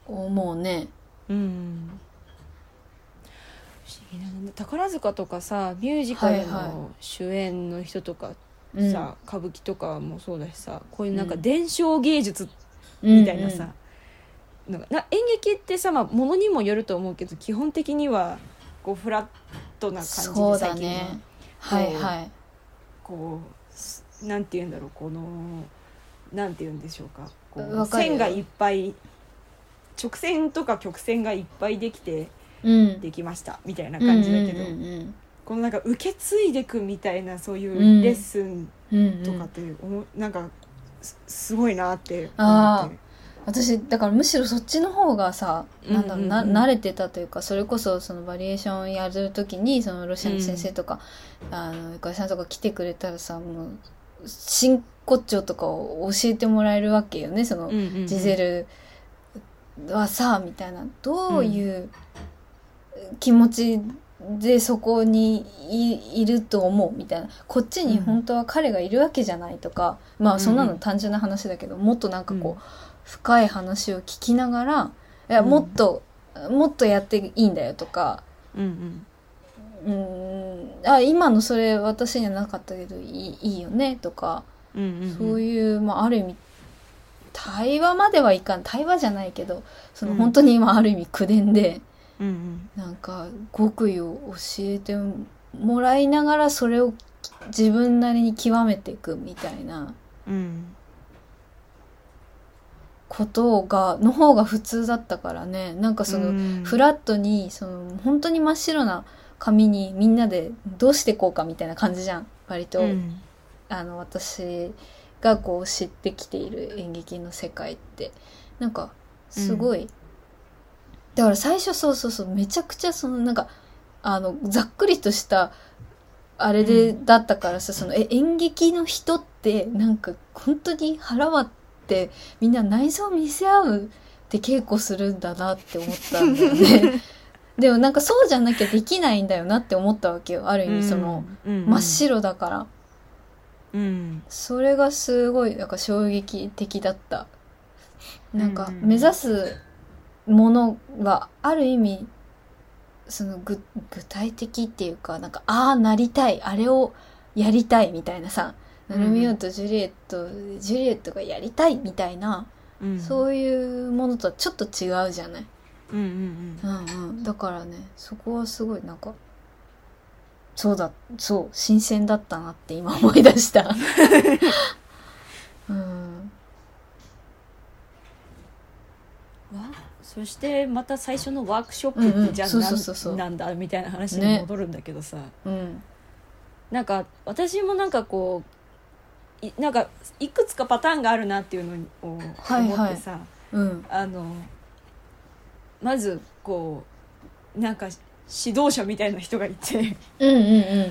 S1: は思うね。
S2: うん不思議なもんだ宝塚とかさミュージカル
S1: はい
S2: の主演の人とかさ、
S1: うん
S2: 歌舞伎とかもそうだしさこういうなんか
S1: うん
S2: 伝承芸術み
S1: み
S2: たいなさ、なんかな演劇ってさ、まあ、ものにもよると思うけど基本的にはこうフラットな感じで
S1: そうだ
S2: 最近は
S1: ねはいはい
S2: こうすなんて言うんだろうこのなんて言うんでしょうかこう
S1: わかるよ
S2: 線がいっぱい直線とか曲線がいっぱいできて
S1: うん
S2: できましたみたいな感じだけど、
S1: うんうん
S2: このなんか受け継いでくみたいなそうい
S1: うん
S2: うレッスン
S1: うんうん
S2: とかっていう、おもなんかすすごいなって思っ
S1: あ
S2: てる。
S1: 私だからむしろそっちの方がさなんだろうな
S2: うんうんうん
S1: 慣れてたというかそれこそそのバリエーションやる時にそのロシアの先生とか、あのゆかりさんとか来てくれたらさもう真骨頂とかを教えてもらえるわけよねその、
S2: うんうんうん
S1: ジゼルはさみたいなどういう気持ちでそこにいいると思うみたいなこっちに本当は彼がいるわけじゃないとか、まあそんなの単純な話だけど、もっとなんかこう、
S2: うん
S1: 深い話を聞きながらいや
S2: うん
S1: もっと、もっとやっていいんだよとか。
S2: うんうん
S1: うーんあ今のそれ私にはなかったけどいいいいよねとか
S2: うんうん
S1: そういう、まあ、ある意味対話まではいかん対話じゃないけどその
S2: うん
S1: 本当に今ある意味口伝で、
S2: うんうん
S1: なんか極意を教えてもらいながらそれを自分なりに極めていくみたいな
S2: うん
S1: ことがの方が普通だったからねなんかその、
S2: うん
S1: フラットにその本当に真っ白な紙にみんなでどうしてこうかみたいな感じじゃん割と、
S2: うん
S1: あの私がこう知ってきている演劇の世界ってなんかすごい、だから最初そうそうそうめちゃくちゃそのなんかあのざっくりとしたあれで、
S2: う
S1: だったからさそのえ演劇の人ってなんか本当に腹割ってみんな内臓見せ合うって稽古するんだなって思ったんだよ ね。でもなんかそうじゃなきゃできないんだよなって思ったわけよある意味その、、
S2: うんうん
S1: 真っ白だから。
S2: うん
S1: それがすごいなんか衝撃的だったなんか
S2: うんうん
S1: 目指すものはある意味そのぐ具体的っていうかなんかああなりたいあれをやりたいみたいなさ
S2: う
S1: ロ
S2: ん
S1: ミオとジュリエット、ジュリエットがやりたいみたいな、
S2: うん
S1: そういうものとはちょっと違うじゃない、
S2: うんうん
S1: うんうん、だからねそこはすごいなんかそうだそう新鮮だったなって今思い出した うん
S2: うんわそしてまた最初のワークショッ
S1: うん
S2: プっ
S1: うん
S2: てじゃあ
S1: そうそうそうそう
S2: なんなんだみたいな話に
S1: ね
S2: 戻るんだけどさ、
S1: うん
S2: なんか私もなんかこういなんかいくつかパターンがあるなっていうのを思ってさ、
S1: はいはいうん
S2: あのまずこうなんか指導者みたいな人がいて。
S1: うんうんう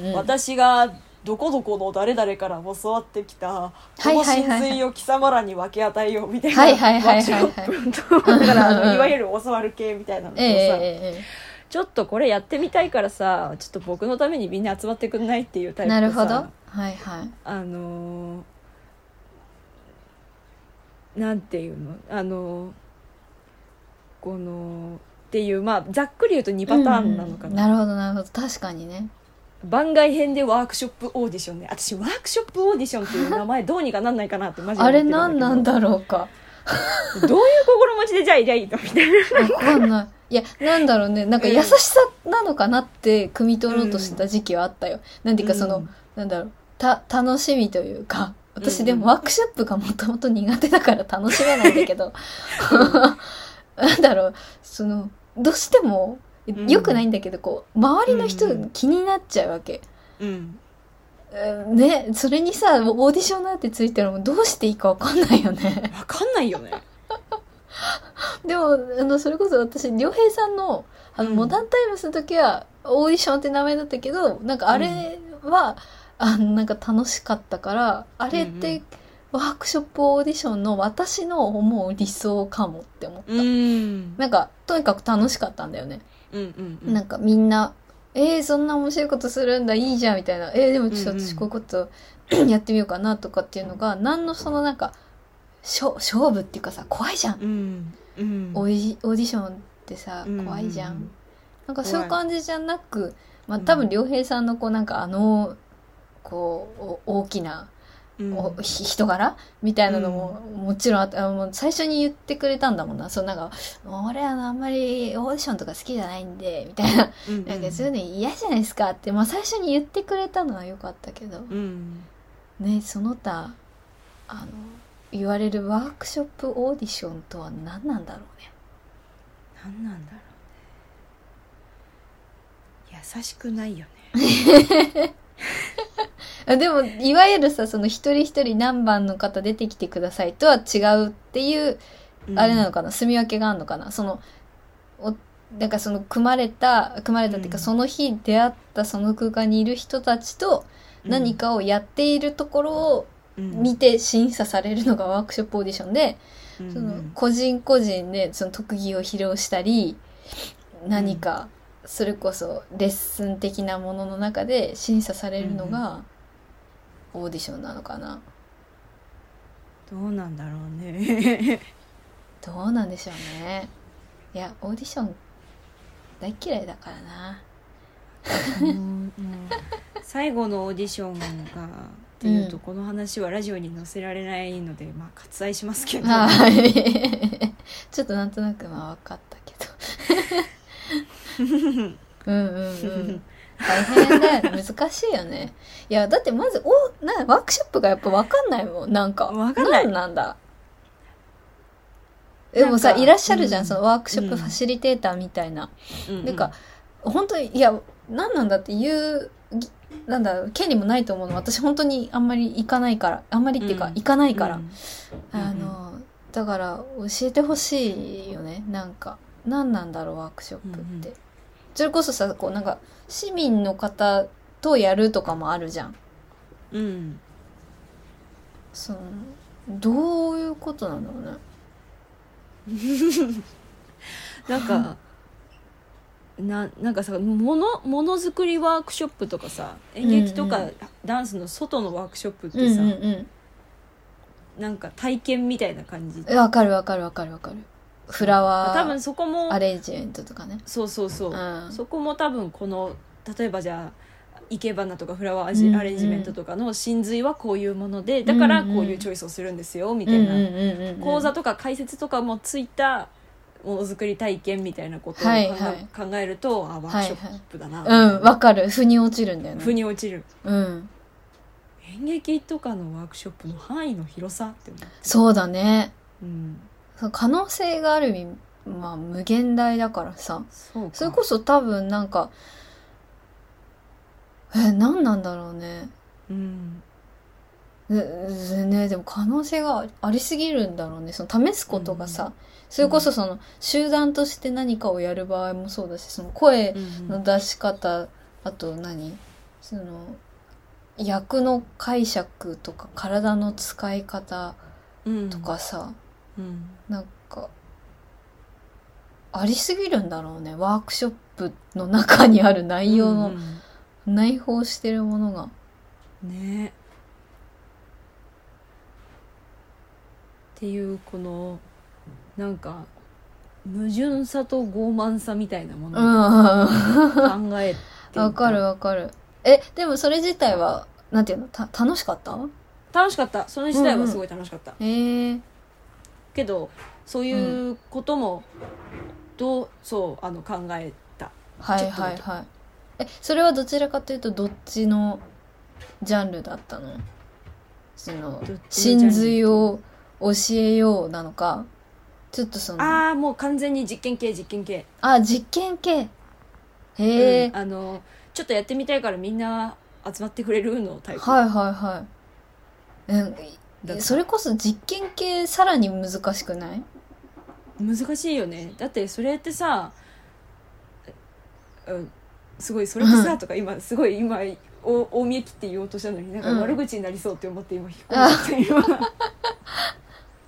S1: んうん
S2: 私がどこどこの誰々から教わってきた
S1: い
S2: こ
S1: はい
S2: の
S1: はい
S2: 神髄を貴様らに分け与えようみたいな
S1: は
S2: ワ
S1: いはいは
S2: ー
S1: いは
S2: クシ
S1: いはい
S2: ョップとだからあ
S1: うんうん
S2: のいわゆる教わる系みたいなのと
S1: え
S2: さ、
S1: ええええ
S2: ちょっとこれやってみたいからさちょっと僕のためにみんな集まってくんないっていうタ
S1: え
S2: イプ
S1: な
S2: と
S1: る
S2: さ
S1: ほどはいはい
S2: あのーなんていうのあのーこのっていうまあざっくり言うと2パターンなのか
S1: うん
S2: な、
S1: なるほどなるほど確かにね
S2: 番外編でワークショップオーディションね私ワークショップオーディションっていう名前どうにかなんないかなってマジで
S1: あれ
S2: 思ってた
S1: 何なん
S2: だ
S1: だろうか
S2: けどどういう心持ちでじゃあいりゃいいのみたいな
S1: わかんないいやなんだろうねなんか
S2: うん
S1: 優しさなのかなって汲み取ろうとしてた時期はあったよ、なんていうかその、
S2: うん
S1: なんだろうた楽しみというか
S2: うんう
S1: 私
S2: ん
S1: でもワークショップがもともと苦手だから楽しめないんだけどなんだろうそのどうしても
S2: ん
S1: 良くないんだけどこう周りの人
S2: うん
S1: 気になっちゃうわけ、
S2: うん
S1: うんねそれにさオーディションなんてついてるのもどうしていいか分かんないよね
S2: わかんないよね
S1: でもあのそれこそ私良平さんのあの、
S2: うん
S1: モダンタイムスの時はオーディションって名前だったけどなんかあれは、あのなんか楽しかったからあれっ
S2: う
S1: てワークショップオーディションの私の思う理想かもって思った、
S2: うんうん
S1: なんかとにかく楽しかったんだよね、
S2: うん
S1: なんかみんな「えー、そんな面白いことするんだいいじゃん」みたいな「えー、でもちょっと
S2: うんうん
S1: 私こういうこと やってみようかな」とかっていうのが何のそのなんかしょ勝負っていうかさ怖いじゃん
S2: うんうん
S1: オーディオーディションってさ
S2: うん
S1: 怖いじゃん、
S2: うん
S1: なんかそういう感じじゃなく、まあ、
S2: うん
S1: 多分良平さんのこうなんかあのこうお大きな
S2: うん
S1: お、ひ人柄みたいなのも、もちろんあったあの最初に言ってくれたんだもんなそうなんか「俺あのあんまりオーディションとか好きじゃないんで」みたいな
S2: うんう
S1: 「
S2: ん
S1: なんかそういうの嫌じゃないですか」って、まあ、最初に言ってくれたのは良かったけど、
S2: うん
S1: ねその他あの言われるワークショップオーディションとは何なんだろうね。
S2: なんなんだろうね優しくないよね
S1: あでもいわゆるさその一人一人何番の方出てきてくださいとは違うっていう、あれなのかな住み分けがあるのかなそのおなんかその組まれた組まれたっていうか、
S2: うん
S1: その日出会ったその空間にいる人たちと何かをやっているところを見て審査されるのがワークショップオーディションで、
S2: うん
S1: その個人個人でその特技を披露したり何かそれこそレッスン的なものの中で審査されるのがオーディションなのかな
S2: どうなんだろうね
S1: どうなんでしょうねいやオーディション大嫌いだからな
S2: あのもう最後のオーディションがっていうとこの話はラジオに載せられないので、まあ割愛しますけど
S1: はいちょっとなんとなくまあ分かったけどうんうんうん大変だよ難しいよねいやだってまずおなワークショップがやっぱ分かんないもんなんか
S2: わかんない
S1: んなんだでもさ
S2: なんか
S1: いらっしゃるじゃん、
S2: うん
S1: そのワークショップ
S2: うん
S1: ファシリテーターみたいな、
S2: うん
S1: なんか本当にいや何なんだっていうぎなんだろう権利もないと思うの私本当にあんまり行かないからあんまりっていうか、
S2: うん
S1: 行かないから、
S2: うん
S1: あのだから教えてほしいよねなんか何なんだろうワークショップって、
S2: うんうん
S1: それこそさこうなんか市民の方とやるとかもあるじゃん
S2: うん
S1: そのどういうことなんだろうね
S2: なんかななんかさものものづくりワークショップとかさ演劇と
S1: うん
S2: か
S1: う
S2: ダンスの外のワークショップって
S1: うん
S2: さ、
S1: うん
S2: なんか体験みたいな感じ
S1: うんわかるわかるわかるわかるフラワ
S2: 多分
S1: ー
S2: そこも
S1: アレンジメントとかね
S2: そうそうそうう、
S1: ん
S2: そこも多分この例えばじゃあ生け花とかフラワーアジ
S1: うんうん
S2: アレンジメントとかの真髄はこういうものでだから
S1: うんうん
S2: こういうチョイスをするんですよみ
S1: うん
S2: た
S1: う
S2: い
S1: ん
S2: な、
S1: うんうん
S2: 講座とか解説とかもついたものづくり体験みたいなことを考え,、
S1: はいはい
S2: 考えるとあワークショップだな、
S1: うんわかる腑に落ちるんだよね
S2: 腑に落ちる
S1: うん
S2: 演劇とかのワークショップの範囲の広さって思
S1: そうだね
S2: う、うん、
S1: その可能性がある意味まあ無限大だからさ、
S2: そうか
S1: それこそ多分なんかえ何なんだろうね
S2: うん
S1: ねねでも可能性がありすぎるんだろうねその試すことがさ、
S2: うん
S1: それこそその集団として何かをやる場合もそうだしその声
S2: うん
S1: の出し方、あと何その役の解釈とか体の使い方
S2: うん
S1: とかさ、
S2: うん
S1: なんかありすぎるんだろうねワークショップの中にある内容の、
S2: う
S1: 内包してるものが
S2: んねっていうこのなんか矛盾さと傲慢さみたいなも
S1: う
S2: のを
S1: ん
S2: 考えていた
S1: わかるわかるえでもそれ自体はなんていうのた楽しかった
S2: 楽しかったそれ自体はすごい楽しかった、
S1: えー、
S2: けどそういうこともとそうあの考えた
S1: はいはいはいえそれはどちらかというとどっちのジャンルだったのその
S2: どっちのジャン
S1: 真
S2: ル
S1: 髄を教えようなのかちょっとそのあ
S2: ああもう完全に実験系実験系、
S1: 実験系へえ、
S2: うんあのちょっとやってみたいからみんな集まってくれるのタイプ、
S1: はいはいはいうん
S2: だって
S1: それこそ実験系さらに難しくない
S2: 難しいよねだってそれってさうんすごいそれってさとか今すごい今お大見え切って言おうとしたのになんか
S1: うん
S2: 悪口になりそうって思って今引っ込んでた 今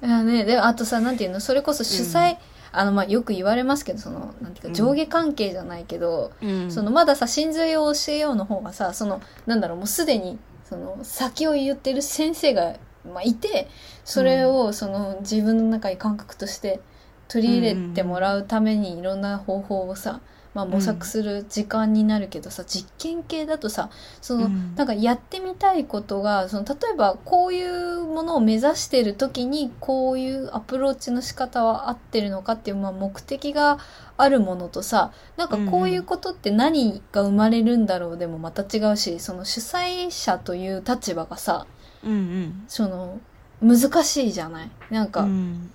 S1: いやね、であとさなんていうのそれこそ主催、あのまあよく言われますけどそのなんていうか
S2: うん
S1: 上下関係じゃないけど、
S2: うん
S1: そのまださ真髄を教えようの方がさそのなんだろうもうすでにその先を言ってる先生が、まあ、いてそれをその自分の中に感覚として取り入れてもらうためにいろんな方法をさ、まあ、模索する時間になるけどさ、実験系だとさその、
S2: うん
S1: なんかやってみたいことがその例えばこういうものを目指してる時にこういうアプローチの仕方は合ってるのかっていう、まあ、目的があるものとさなんかこういうことって何が生まれるんだろうでもまた違うしその主催者という立場がさ
S2: うんうん
S1: その難しいじゃないなんか、
S2: うん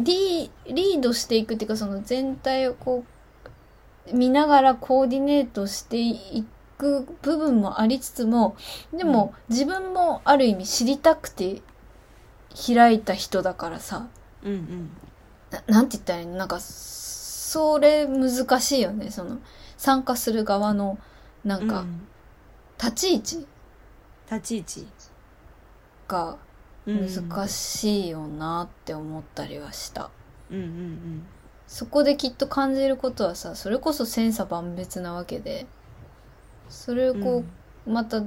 S1: リリードしていくっていうかその全体をこう見ながらコーディネートしていく部分もありつつもでも自分もある意味知りたくて開いた人だからさ
S2: うんうん
S1: ななんて言ったらいいのなんかそれ難しいよねその参加する側のなん
S2: う
S1: か立ち位置
S2: 立ち位置
S1: が難
S2: い、
S1: しいよなって思ったりはした。
S2: うんうん
S1: そこできっと感じることはさそれこそ千差万別なわけでそれを
S2: うん、
S1: こう、また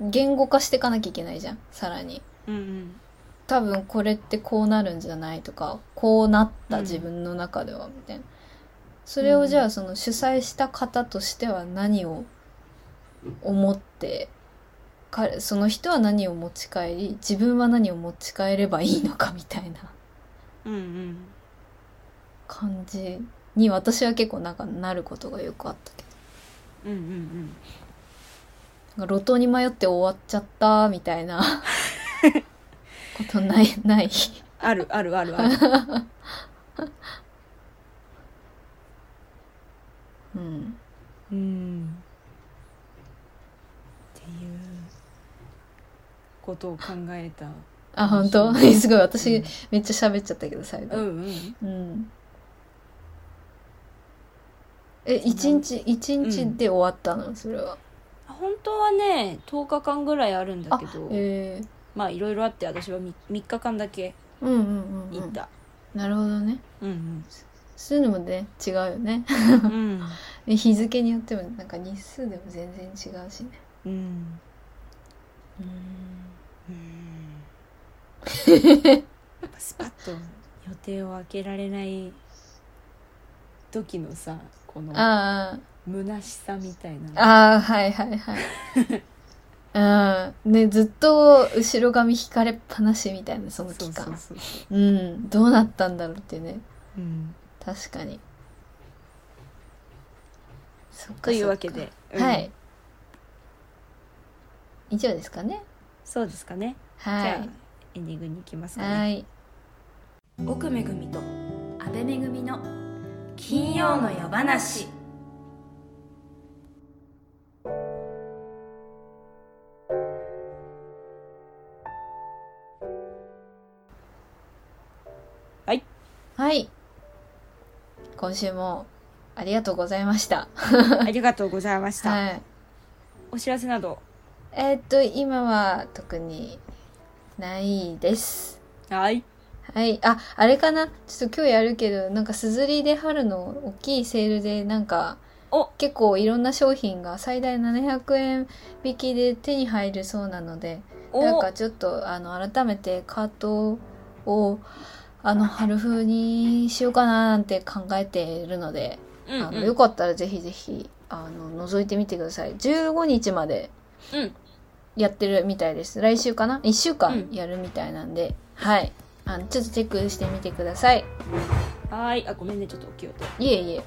S1: 言語化していかなきゃいけないじゃんさらに
S2: うんうん
S1: 多分これってこうなるんじゃないとかこうなった自分の中ではみたいな、それをじゃあその主催した方としては何を思って彼その人は何を持ち帰り自分は何を持ち帰ればいいのかみたいな
S2: うんうん
S1: 感じに私は結構なんかなることがよくあったけど。
S2: うんうんうん
S1: なんか路頭に迷って終わっちゃったみたいなことないない
S2: あるあるあるある
S1: うん
S2: うんっていうことを考えた
S1: あ本当
S2: 面白い
S1: すごい私めっちゃ喋っちゃったけど最
S2: う
S1: 後
S2: んうん
S1: うんえ一日一日で終わったのそれは
S2: 本当はね10日間ぐらいあるんだけど
S1: えー
S2: まあいろいろあって私は 3, 日間だけ
S1: うんうんうん
S2: 行
S1: うん
S2: った、
S1: なるほどね
S2: うん
S1: そういうのもね違うよね
S2: うんうん、
S1: 日付によってもなんか日数でも全然違うしね
S2: うん
S1: うん
S2: やっぱスパッと予定を開けられない時のさこの
S1: ああ
S2: 虚しさみたいな
S1: ああはいはい はいうんねずっと後ろ髪引かれっぱなしみたいなその期間
S2: そうそうそうそ
S1: う
S2: う
S1: んどうなったんだろうってね
S2: うん
S1: 確かにそっか
S2: というわけ
S1: そっ
S2: で、
S1: か
S2: うん
S1: はい以上ですかね
S2: そうですかね、
S1: は
S2: じゃあ
S1: い
S2: エンディングに行きますかね
S1: はい
S3: 奥めぐみと阿部めぐみの金曜の夜話
S1: はい今週もありがとうございました
S2: ありがとうございました、
S1: はい
S2: お知らせなど
S1: えーっと今は特にないです
S2: はい
S1: はい、あ、あれかなちょっと今日やるけど、なんかすずりで春の大きいセールで、なんか、
S2: お
S1: 結構いろんな商品が最大700円引きで手に入るそうなので、
S2: お
S1: なんかちょっと、あの、改めてカートを、あの、春風にしようかななんて考えているので、
S2: うん
S1: あ
S2: う
S1: の、
S2: ん
S1: よかったらぜひぜひ、あの、覗いてみてください。15日まで
S2: うん
S1: やってるみたいです。来週かな ?1 週
S2: う
S1: 間
S2: ん
S1: やるみたいなんで、はい。あの、ちょっとチェックしてみてください。
S2: はーいあごめんねちょっと起きようと、
S1: いえいえ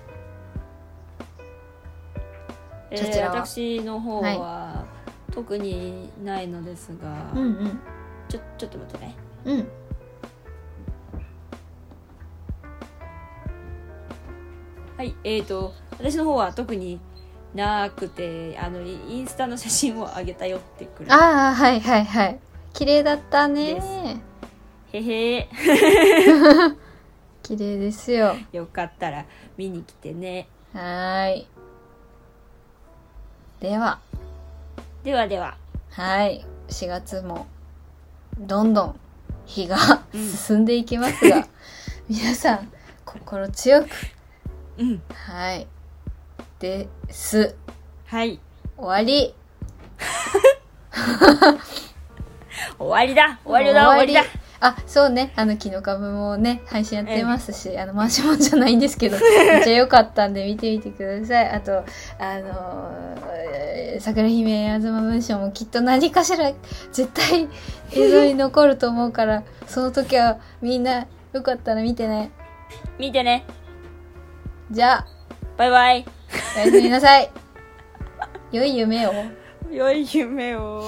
S2: え
S1: そち
S2: ー、
S1: らは
S2: 私の方は、特にないのですが、
S1: うんうん
S2: ちょちょっと待ってね
S1: うん
S2: はいえー、と私の方は特になくてあのイインスタの写真をあげたよってくらい
S1: ああはいはいはい綺麗だった
S2: で
S1: ね
S2: へへー
S1: 綺麗ですよ
S2: よかったら見に来てね
S1: はーいでは
S2: ではでは
S1: はい4月もどんどん日が進んでいきます が、皆さん心強く
S2: うん
S1: はいです
S2: はい
S1: 終わり
S2: 終わりだ終わりだ終わりだ
S1: あ、そうね。あの、キノカブもね、配信やってますし、あの、回しもんじゃないんです けど、めっちゃ良かったんで見てみてください。あと、あのーえー桜姫東文章もきっと何かしら絶対映像に残ると思うから、その時はみんなよかったら見てね。
S2: 見てね
S1: じゃあ、
S2: バイバイ
S1: おやすみなさい。良い夢を。
S2: 良い夢を